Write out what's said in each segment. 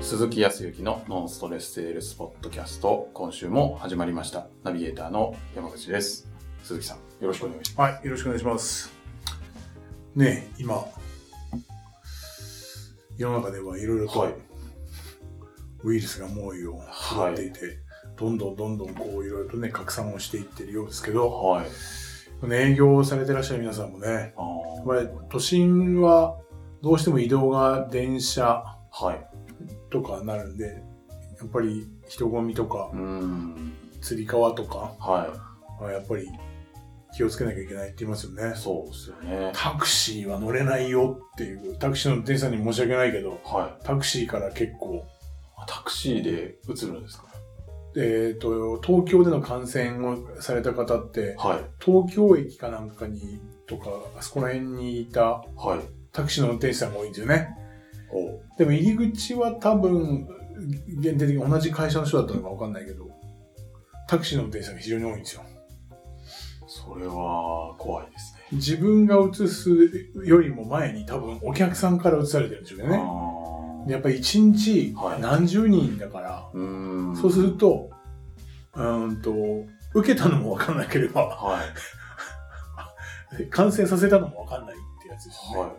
鈴木康之のノンストレスセールスポッドキャスト、今週も始まりました。ナビゲーターの山口です。鈴木さん、よろしくお願いします。はい、よろしくお願いします。ねえ、今、世の中ではいろいろと、はいウイルスが猛威を振るっていて、どんどんどんどんこういろいろとね、拡散をしていってるようですけど、はい。ね、営業をされてらっしゃる皆さんもね、あーまあ、都心はどうしても移動が電車はい。とかになるんで、やっぱり人混みとかうーん。つり革とかははやっぱり気をつけなきゃいけないって言いますよねい。。そうですよね。タクシーは乗れないよっていう、タクシーの運転手さんに申し訳ないけど、はい。タクシーから結構、タクシーで移るんですかえっ、と、東京での感染をされた方って、はい。東京駅かなんかに、とか、あそこら辺にいたはい。タクシーの運転手さんが多いんですよね。おでも入り口は多分、限定的に同じ会社の人だったのかわかんないけど、タクシーの運転手さんが非常に多いんですよ。それは怖いですね。自分が移すよりも前に多分お客さんから移されてるんでしょうけどあね。ーやっぱり一日はい何十人だから、うーん。そうすると、うーんと、受けたのもわかんなければ、 はい。感染させたのもわかんないってやつですね。は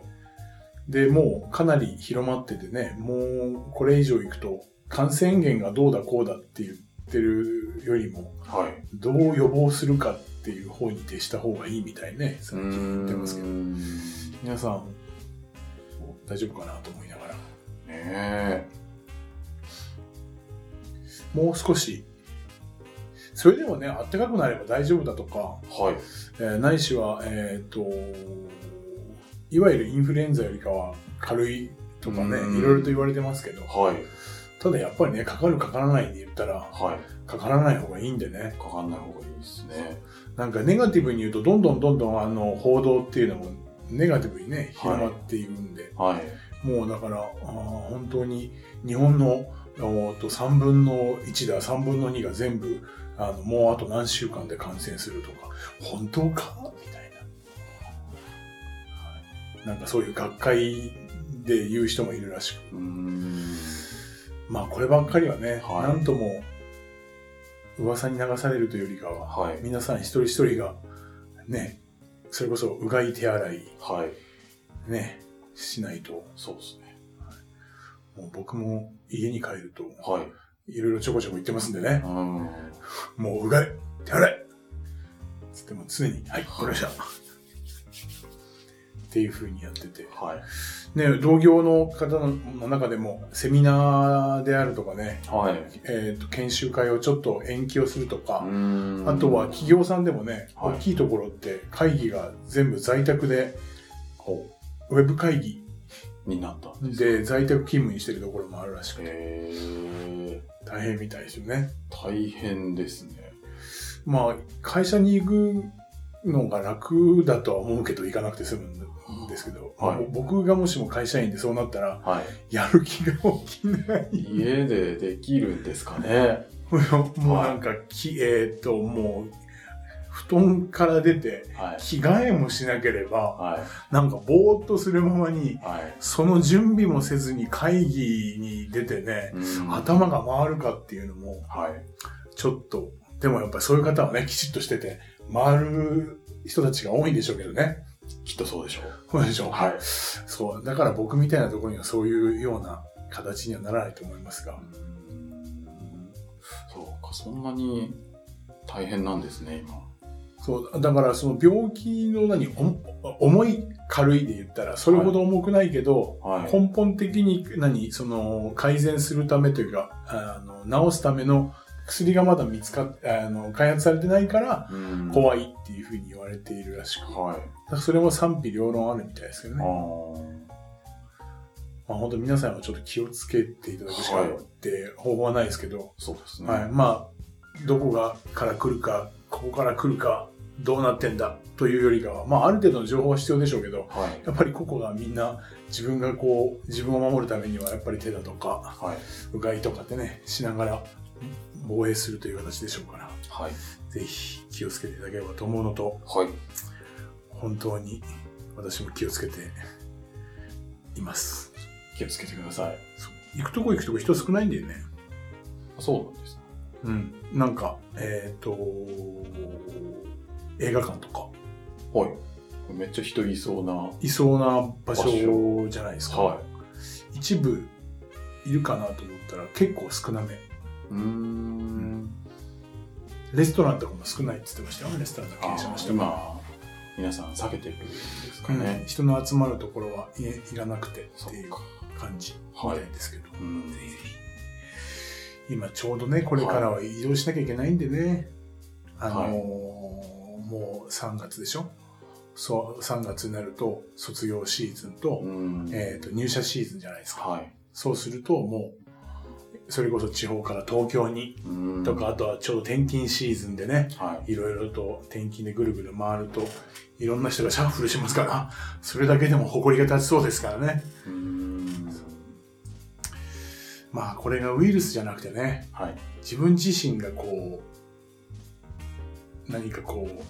で、もうかなり広まっててね、もうこれ以上いくと、感染源がどうだこうだって言ってるよりも、い。はい。どう予防するかっていう方に徹した方がいいみたいね、最近言ってますけどう。ーん皆さん、大丈夫かなと思いながら。ねえ。もう少し、それでもね、暖かくなれば大丈夫だとか、はい。えーないしは、えっ、と、いわゆるインフルエンザよりかは軽いとかねうん、いろいろと言われてますけど、はい。ただやっぱりね、かかるかからないで言ったら、はい。かからない方がいいんでね、かかんない方がいいですね。なんかネガティブに言うと、どんどんどんどんあの報道っていうのも、ネガティブにね、広まっていくんで、はい。もうだから、あー本当に日本のおーっと3分の1だ、3分の2が全部、あのもうあと何週間で感染するとか、本当かみたいな。なんかそういう学会で言う人もいるらしうく。ーん。まあこればっかりはね、はいなんとも噂に流されるというよりかは、はい。皆さん一人一人がね、それこそうがい手洗いはい。ね、しないと、そうですね。もう僕も家に帰ると、はい。ういろいろちょこちょこ言ってますんでね。ーん。もううがい、手洗いつっても常に、はい、わかりました。っていう風にやってて。はい。ね、同業の方の中でも、セミナーであるとかね、はい。えっ、と、研修会をちょっと延期をするとうか、ーんあとは企業さんでもね、はい大きいところって会議が全部在宅で、ほウェブ会議うになったんです。で在宅勤務にしてるところもあるらしくて、へえ。大変みたいですよね。大変ですね。まあ、会社に行くのが楽だとは思うけど、行かなくて済むんですけど、はいぼ僕がもしも会社員でそうなったら、はい。やる気が起き ない。家でできるんですかね。もうもうなんか、きえーっと、もう、布団から出て、はい。着替えもしなければ、はなんかぼーっとするままにい。、はい。その準備もせずに会議に出てね、うーん。頭が回るかっていうのも、はい。ちょっと、でもやっぱりそういう方はね、きちっとしてて、回る人たちが多いんでしょうけどね。きっとそうでしょう。そうでしょう。はい。そう。だから僕みたいなところにはそういうような形にはならないと思いますが。そうか、そんなに大変なんですね、今。そう。だからその病気の何、お重い軽いで言ったら、それほど重くないけど、はい。根本的に何、その改善するためというか、あの、治すための薬がまだ見つかっあの、開発されてないから、うん怖いっていうふうに言われているらしく。だかはい。らそれも賛否両論あるみたいですけどあね。ーまあ本当皆さんはちょっと気をつけていただくしかはいって方法はないですけど、そうですね。はい、まあどこがから来るかここから来るかどうなってんだというよりかは、まあ、ある程度の情報は必要でしょうけどはい。やっぱり個々がみんな自分がこう自分を守るためにはやっぱり手だとかはい。うがいとかってねしながら防衛するという形でしょうからはい。ぜひ気をつけていただければと思うのとはい。本当に私も気をつけています気をつけてください。そう行くとこ行くとこ人少ないんだよね。そうなんです。うん。なんか、えっ、と、映画館とか、はい。めっちゃ人いそうな。いそうな場所じゃないですか。は一部いるかなと思ったら結構少なめ。い。うーん。レストランとかも少ないって言ってましたよ。レストランとか経営しましたが今、皆さん避けてるんですかうんね。人の集まるところはいいらなくてっそていううか。感じみはたいいですけど、うんぜひぜひ今ちょうどねこれからは移動しなきゃいけないんでね、あのーはいもう3月でしょそう3月になると卒業シーズンと,、うん。えー、と入社シーズンじゃないですか、はい。そうするともうそれこそ地方から東京にうんとか、。あとはちょうど転勤シーズンでねはい。いろいろと転勤でぐるぐる回るといろんな人がシャッフルしますからそれだけでも誇りが立ちそうですからねうーん。まあこれがウイルスじゃなくてねはい。自分自身がこう何かこう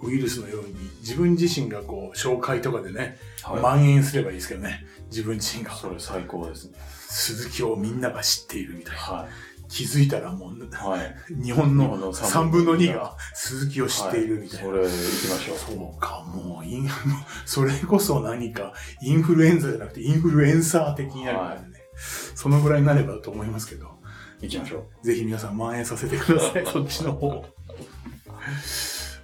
ウイルスのように自分自身がこう紹介とかでね、は蔓延すればいいですけどね自分自身がい。それ最高ですね。鈴木をみんなが知っているみたいなは気づいたらもうい。はい。日本日本のの3 3分分のの2 2が鈴木を知っているみたいな、はいそれ、行きましょう。そうか、もうイン、それこそ何かインフルエンザじゃなくてインフルエンサー的になるからね、そのぐらいになればと思いますけど、行きましょう。ぜひ皆さん蔓延させてくだ さい、そっちの方。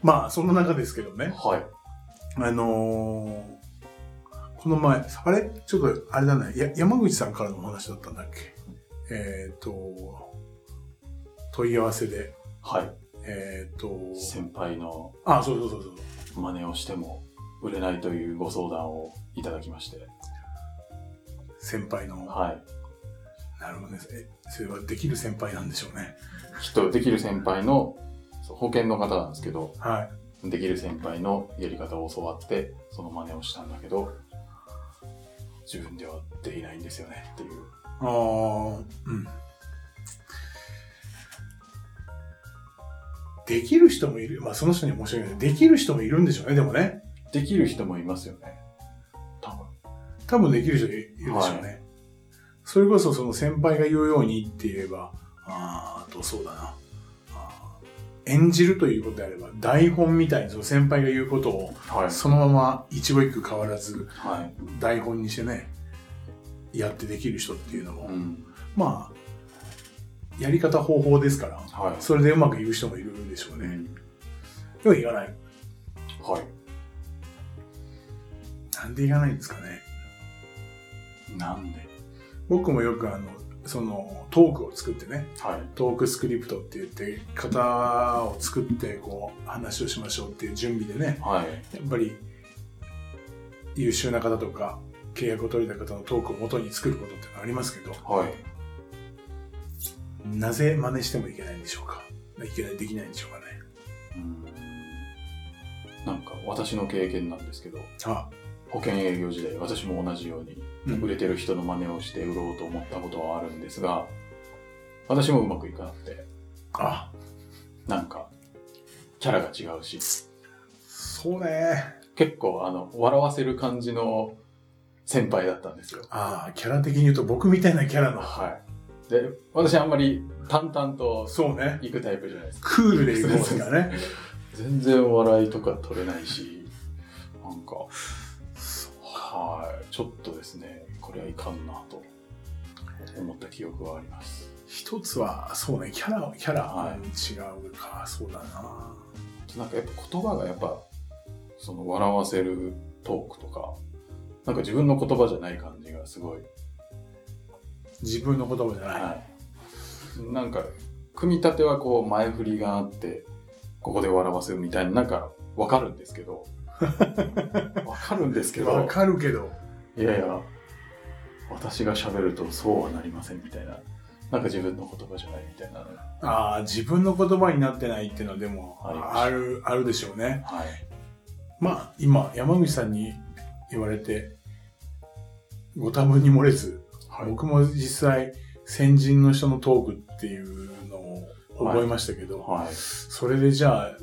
まあ、その中ですけどね、はい。あのーこの前、あれちょっと、あれだね、や山口さんからのお話だったんだっけえっ、と、問い合わせで、はい。えっ、と、先輩のあ、そうそうそうそう。真似をしても売れないというご相談をいただきまして。先輩の、はい。なるほどね。えそれはできる先輩なんでしょうね。きっとできる先輩の、そう保険の方なんですけど、はい。できる先輩のやり方を教わって、その真似をしたんだけど、自分ではできないんですよねっていう。ああ、うん。できる人もいる。まあ、その人には申し訳ない。できる人もいるんでしょうね、でもね。できる人もいますよね。多分。多分できる人いるでしょうね。はそれこそ、その先輩が言うようにって言えば、あーあと、そうだな。あー演じるということであれば、台本みたいにその先輩が言うことを、はいそのまま一語一句変わらず、はい。台本にしてねやってできる人っていうのも、うん。まあやり方方法ですからはい。それでうまく言う人もいるんでしょううね。んでも言わない。はい。なんで言わないんですかね。なんで僕もよくあのそのトークを作ってねはい。トークスクリプトって言って型を作ってこう話をしましょうっていう準備でねはい。やっぱり優秀な方とか契約を取れた方のトークを元に作ることってのはありますけどはい。なぜ真似してもいけないんでしょうかいけないできないんでしょうかねうんなんか私の経験なんですけど、あ、保険営業時代私も同じようにうん売れてる人の真似をして売ろうと思ったことはあるんですが私もうまくいかなくてあなんかキャラが違うしそうね結構あの笑わせる感じの先輩だったんですよああキャラ的に言うと僕みたいなキャラのはいで私あんまり淡々とそうね行くタイプじゃないですかクールで言うもんですからね全然笑いとか取れないしなんかはいちょっとですねこれはいかんなと思った記憶はあります 一つはそうねキャラキャラ、はいうん違うかそうだななんかやっぱ言葉がやっぱその笑わせるトークとかなんか自分の言葉じゃない感じがすごい、自分の言葉じゃない、はいなんか組み立てはこう前振りがあってここで笑わせるみたいななんかわかるんですけ どわかるんですけわどかるけどいやいや私が喋るとそうはなりませんみたいななんか自分の言葉じゃないみたいなああ自分の言葉になってないっていうのはでもありますあるあるでしょうねはいまあ今山口さんに言われてご多分に漏れずはい僕も実際先人の人のトークっていうのを覚えましたけど、はいそれでじゃあ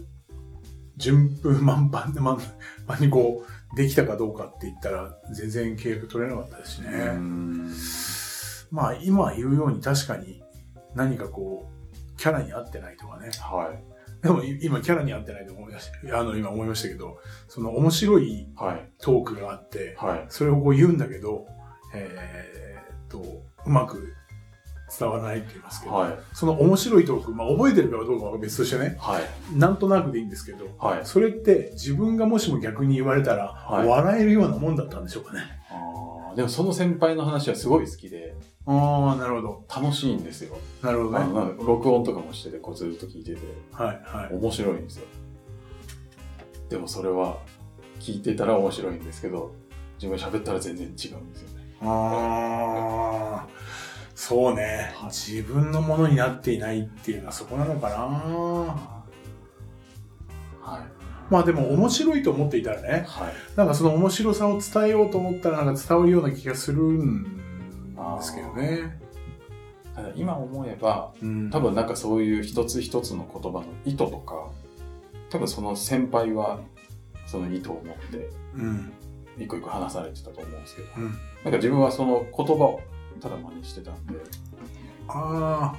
順風満帆で満満にこうできたかどうかって言ったら全然契約取れなかったですしね、うーんまあ今言うように確かに何かこう、キャラに合ってないとかね。はい。でもい今キャラに合ってないと思い出し、あの今思いましたけど、その面白いはい。トークがあって、はい。それをこう言うんだけど、えーっと、うまく伝わらないって言いますけど、はい。その面白いトーク、まあ覚えてるかどうかは別としてね、はい。なんとなくでいいんですけど、はい。それって自分がもしも逆に言われたら、はい笑えるようなもんだったんでしょうかね。あーでもその先輩の話はすごい好きで、ああ、なるほど。楽しいんですよ。なるほどあね。の録音とかもしてて、こうずっと聞いてて、はいはい。面白いんですよ。でもそれは、聞いてたら面白いんですけど、自分が喋ったら全然違うんですよね。ああ、そうねはい。自分のものになっていないっていうのはそこなのかな。はまあでも面白いと思っていたらい。ね、はい。なんかその面白さを伝えようと思ったらなんか伝わるような気がするんですけどね。ただ今思えば、うん多分なんかそういう一つ一つの言葉の意図とか、多分その先輩は、その意図を持って、うん。一個一個話されてたと思うんですけど、うん。なんか自分はその言葉をただ真似してたんで、あ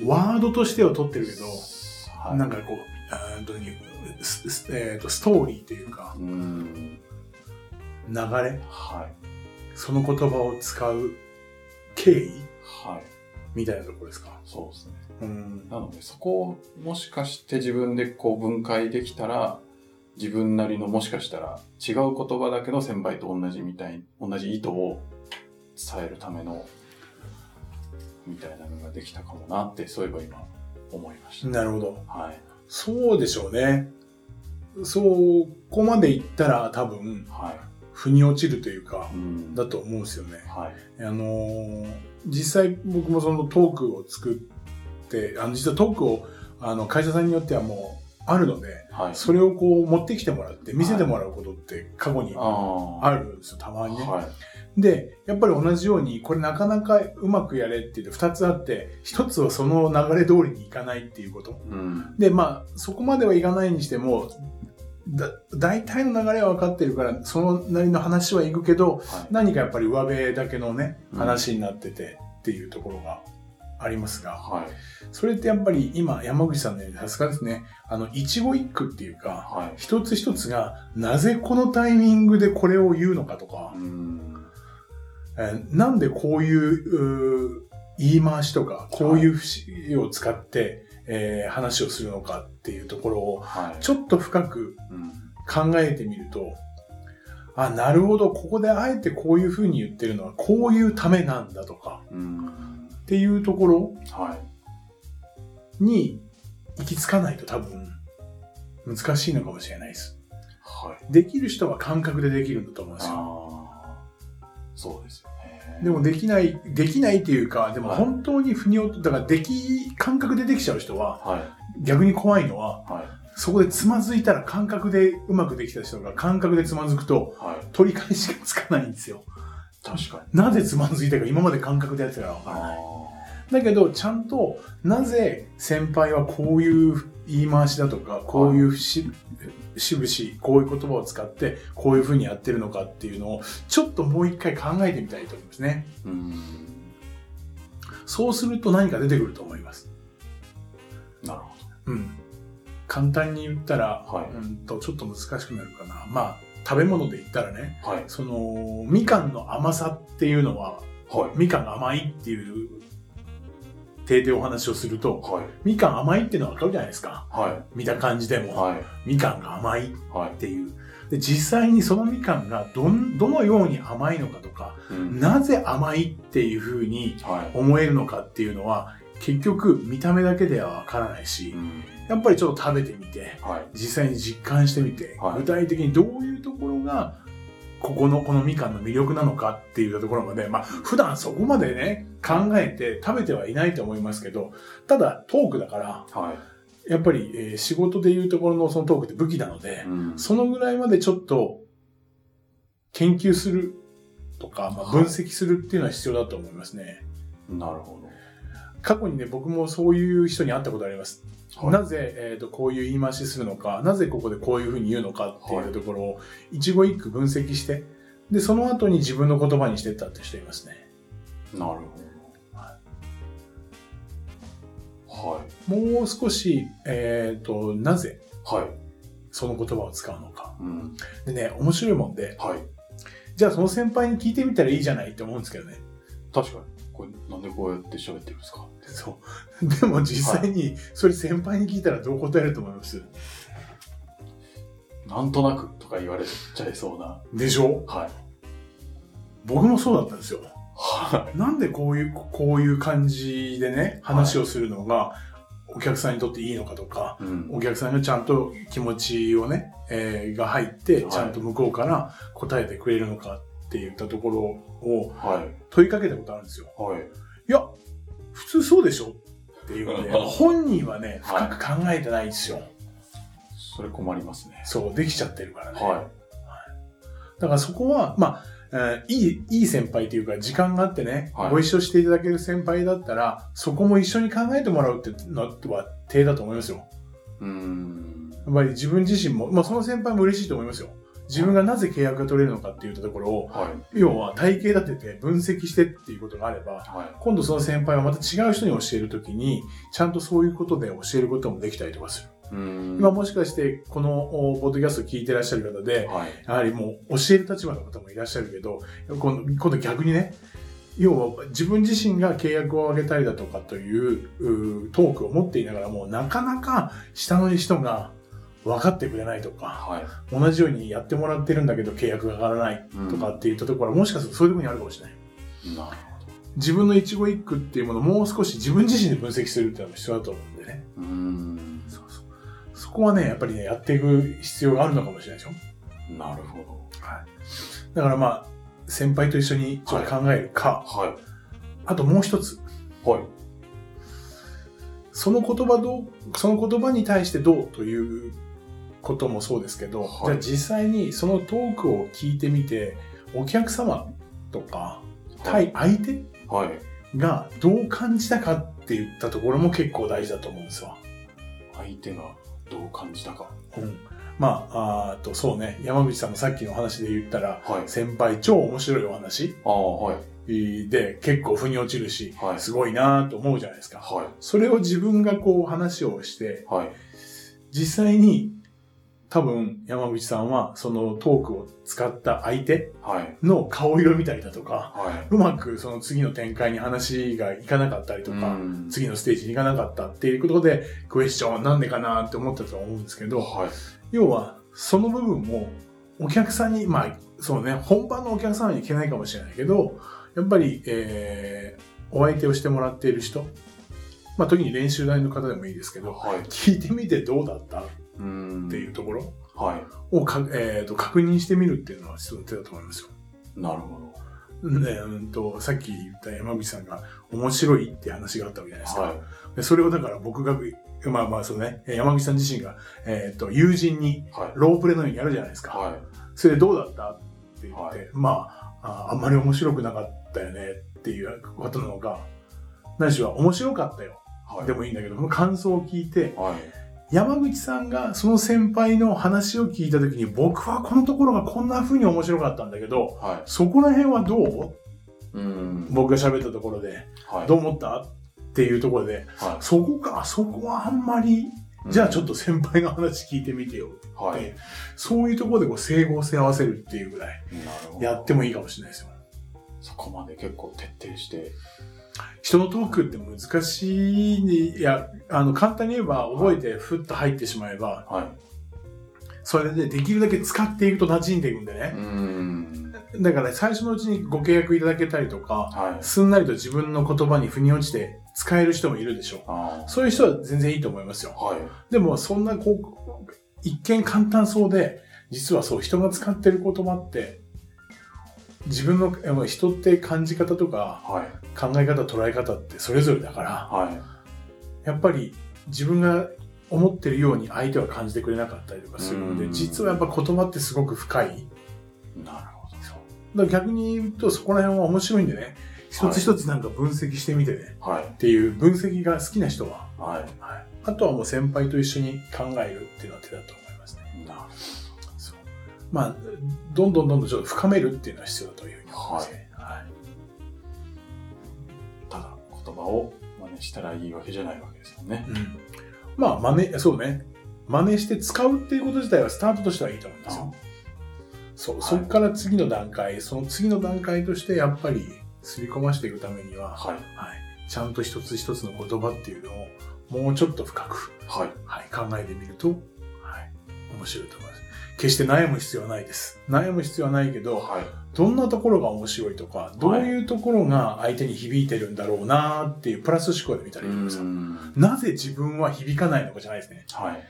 あ、ワードとしては取ってるけど、はい、なんかこう、あーどういうススえーとストーリーというかう、ーん、流れ、はい、その言葉を使う経緯はい、みたいなところですか。そうですね。うん。なので、そこをもしかして自分でこう分解できたら、自分なりのもしかしたら違う言葉だけど先輩と同じみたい、同じ意図を伝えるための、みたいなのができたかもなって、そういえば今思いました。なるほど。はい、そうでしょうね。そこまでいったら多分、は腑に落ちるというかい、う、ん、だと思うんですよね。はい、あのー実際僕もそのトークを作って、あの、実はトークを、あの、会社さんによってはもう、あるので、はい。それをこう持ってきてもらって、見せてもらうことって過去にああるんですよ、たまあ、にね。はい、で、やっぱり同じように、これなかなかうまくやれって言って2つあって、1つはその流れ通りにいかないっていうこと。うん、で、まあ、そこまではいかないにしても、だ大体の流れは分かってるから、そのなりの話はいくけはい。ど、何かやっぱり上辺だけのね、うん話になっててっていうところがありますが、はい。それってやっぱり今、山口さんのようにさすがですね、あの、一語一句っていうか、はい。一つ一つが、なぜこのタイミングでこれを言うのかとかう、ん。えーなんでこういううー言い回しとか、こういう節を使って、えー話をするのかっていうところを、はい。ちょっと深くうん。考えてみると、あ、なるほど、ここであえてこういうふうに言ってるのは、こういうためなんだとか、うん。っていうところはい。に行き着かないと多分、難しいのかもしれないです。はい。できる人は感覚でできるんだと思うんですよ。ああ。そうですよね。でもできない、できないっていうか、でもはい本当に腑に落とだからでき、感覚でできちゃう人は、はい。逆に怖いのは、はい。そこでつまずいたら感覚でうまくできた人が感覚でつまずくと、はい。取り返しがつかないんですよ。確かに。なぜつまずいたか今まで感覚でやってたから分からない。だけど、ちゃんと、なぜ先輩はこういう言い回しだとか、こういう節しぶし、こういう言葉を使って、こういうふうにやってるのかっていうのを、ちょっともう一回考えてみたいと思いますね。うん。そうすると何か出てくると思います。なるほうん。簡単に言ったら、はいうんと、ちょっと難しくなるかな。まあ、食べ物で言ったらね、ど。はい。その、みかんの甘さっていうのは、はい。みかんが甘いっていう、定でお話をすると、はい。みかん甘いっていうのはわかるじゃないですか。はい。見た感じでも、はい。みかんが甘いっはい。ていう。で、実際にそのみかんがどん、どのように甘いのかとか、うん。なぜ甘いっていうふうにはい。思えるのかっていうのは、結局見た目だけではわからないしう、ん。やっぱりちょっと食べてみて、はい。実際に実感してみて、はい具体的にどういうところが、ここのこのみかんの魅力なのかっていうところまで、まあ普段そこまでね、考えて食べてはいないと思いますけど、ただトークだから、はやっぱり、えー仕事でいうところのそのトークって武器なのでい。、うん。そのぐらいまでちょっと研究するとか、まあ、はい分析するっていうのは必要だと思いますね。なるほ過去にね、僕もそういう人に会ったことあります。ど。なぜ、えー、とこういう言い回しするのかなぜここでこういうふうに言うのかっていうところを一語一句分析してでその後に自分の言葉にしてったって人いますねなるほど。はもう少し、えっ、と、なぜい。はい。その言葉を使うのか。うん。でね、面白いもんで、はい。じゃあその先輩に聞いてみたらいいじゃないって思うんですけどね。確かに。これ、なんでこうやって喋ってるんですかそう。 でも実際に、それ先輩に聞いたらどう答えると思いますなんとなくとか言われちゃいそうな。でしょはい。僕もそうだったんですよ。はなんでこういう、こういう感じでね、話をするのが、お客さんにとっていいのかとか、い。うん。お客さんがちゃんと気持ちをね、えーが入って、はいちゃんと向こうから答えてくれるのかって言ったところをはい。問いかけたことあるんですよ。はい。いや、普通そうでしょっていう ので、本人はね、はい深く考えてないんですよ。それ困りますね。そう、できちゃってるからね。はだからそこは、まあ、えーいい、いい先輩というか、時間があってね、はいご一緒していただける先輩だったら、そこも一緒に考えてもらうってのは手だと思いますよ。い。うーん。やっぱり自分自身も、まあ、その先輩も嬉しいと思いますよ。自分がなぜ契約が取れるのかっていったところを、はい。要は体系立てて分析してっていうことがあれば、は今度その先輩はまた違う人に教えるときに、ちゃんとそういうことで教えることもできたりとかする。い。うーん。今もしかして、このおポッドキャストを聞いてらっしゃる方で、はい。やはりもう教える立場の方もいらっしゃるけど、今度今度逆にね、要は自分自身が契約を上げたりだとかといううートークを持っていながらも、なかなか下の人が分かってくれないとか、はい。同じようにやってもらってるんだけど契約が上がらないとかっていったところは、もしかするとそういうところにあるかもしれない。なるほど。自分の一期一句っていうものをもう少し自分自身で分析するっていうのも必要だと思うんでね。うーん。そうそうそこはね、やっぱりね、やっていく必要があるのかもしれないでしょ。なるほだからまあ、先輩と一緒にちょっと考えるか、ど。はい。あともう一つ、はい。その言葉どう、その言葉に対してどうということもそうですけど、はいじゃあ実際にそのトークを聞いてみて、お客様とか、対相手はい。がどう感じたかって言ったところも結構大事だと思うんですわ。相手がどう感じたか。うん。まあ、あーと、そうね、山口さんのさっきの話で言ったら、はい。先輩超面白いお話ああ、はい。で結構腑に落ちるし、はい。すごいなと思うじゃないですか。はそれを自分がこう話をしてい。、はい。実際に多分山口さんはそのトークを使った相手はい。の顔色見たりだとか、はい。うまくその次の展開に話がいかなかったりとか、うん次のステージに行かなかったっていうことで、クエスチョンなんでかなって思ったと思うんですけど、はい。要はその部分もお客さんに、まあそうね、本番のお客様にはいけないかもしれないけど、やっぱり、えーお相手をしてもらっている人、まあ時に練習台の方でもいいですけど、はい。聞いてみてどうだったっうーん。ていう。ところはをか、えー、と確認してみるっていうのは必要な手だと思いますよ。い。なるほど。ね、うんとさっき言った山口さんが面白いって話があったわけじゃないですか。はい。でそれをだから僕が、まあまあそうね、山口さん自身が、えー、と友人にはい。ロープレのようにやるじゃないですか。はい。それでどうだったって言って、はいまあああんまり面白くなかったよねっていうことなのか、ないしは面白かったよはい。でもいいんだけど、その感想を聞いて、はい。山口さんがその先輩の話を聞いた時に僕はこのところがこんな風に面白かったんだけどはい。そこら辺はどううーん。僕が喋ったところではい。どう思ったっていうところではそこかそこはあんまりい。じゃあちょっと先輩の話聞いてみてよって、と。はい。そういうところでこう整合性合わせるっていうぐらいなるほど。やってもいいかもしれないですよそこまで結構徹底して。人のトークって難しいにいやあの簡単に言えば覚えてふっと入ってしまえばはい。それでできるだけ使っていくと馴染んでいくんでね、うーん。だから最初のうちにご契約いただけたりとか、はい。すんなりと自分の言葉に腑に落ちて使える人もいるでしょう。あそういう人は全然いいと思いますあ。よ。はい。でもそんなこう、一見簡単そうで、実はそう人が使ってる言葉って、自分のやっぱ人って感じ方とかはい。考え方捉え方ってそれぞれだから、はい。やっぱり自分が思ってるように相手は感じてくれなかったりとかするのうで、ん実はやっぱ言葉ってすごく深い。なるほど。だから逆に言うとそこら辺は面白いんでね一つ一つなんか分析してみてね、はい。っていう分析が好きな人は、ははい、あとはもう先輩と一緒に考えるっていうのは手だと思いますねい。なるそうまあどんどんどんどんちょっと深めるっていうのは必要だというふうに思いますね、はいただ、言葉を真似したらいいわけじゃないわけです。ですもんね。うん、まあ真似そうね真似して使うっていうこと自体はスタートとしてはいいと思うんですよそう、はいそこから次の段階その次の段階としてやっぱり刷り込ましていくためには、はい。はい、ちゃんと一つ一つの言葉っていうのをもうちょっと深く、はい。はい、考えてみると、はい、面白いと思います決して悩む必要はないです悩む必要はないけどはい。どんなところが面白いとかどういうところが相手に響いてるんだろうなーっていうプラス思考で見たらいいと思いますよん。なぜ自分は響かないのかじゃないですね。はい。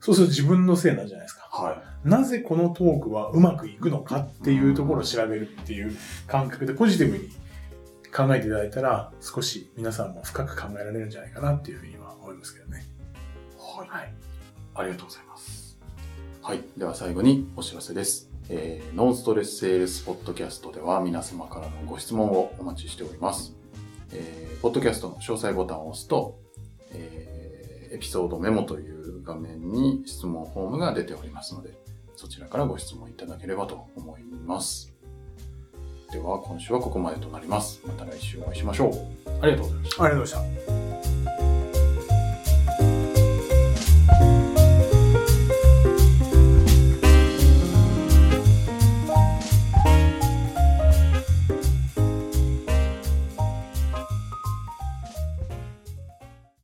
そうすると自分のせいなんじゃないですか。はなぜこのトークはうまくいくのかっていうところを調べるっていう感覚でポジティブに考えていただいたら少し皆さんも深く考えられるんじゃないかなっていうふうには思いますけどね。い。はい。ありがとうございます。はい。では最後にお知らせです。えーノンストレスセールスポッドキャストでは皆様からのご質問をお待ちしております。えーポッドキャストの詳細ボタンを押すと、えーエピソードメモという画面に質問フォームが出ておりますので、そちらからご質問いただければと思います。では今週はここまでとなります。また来週お会いしましょう。ありがとうございました。ありがとうございました。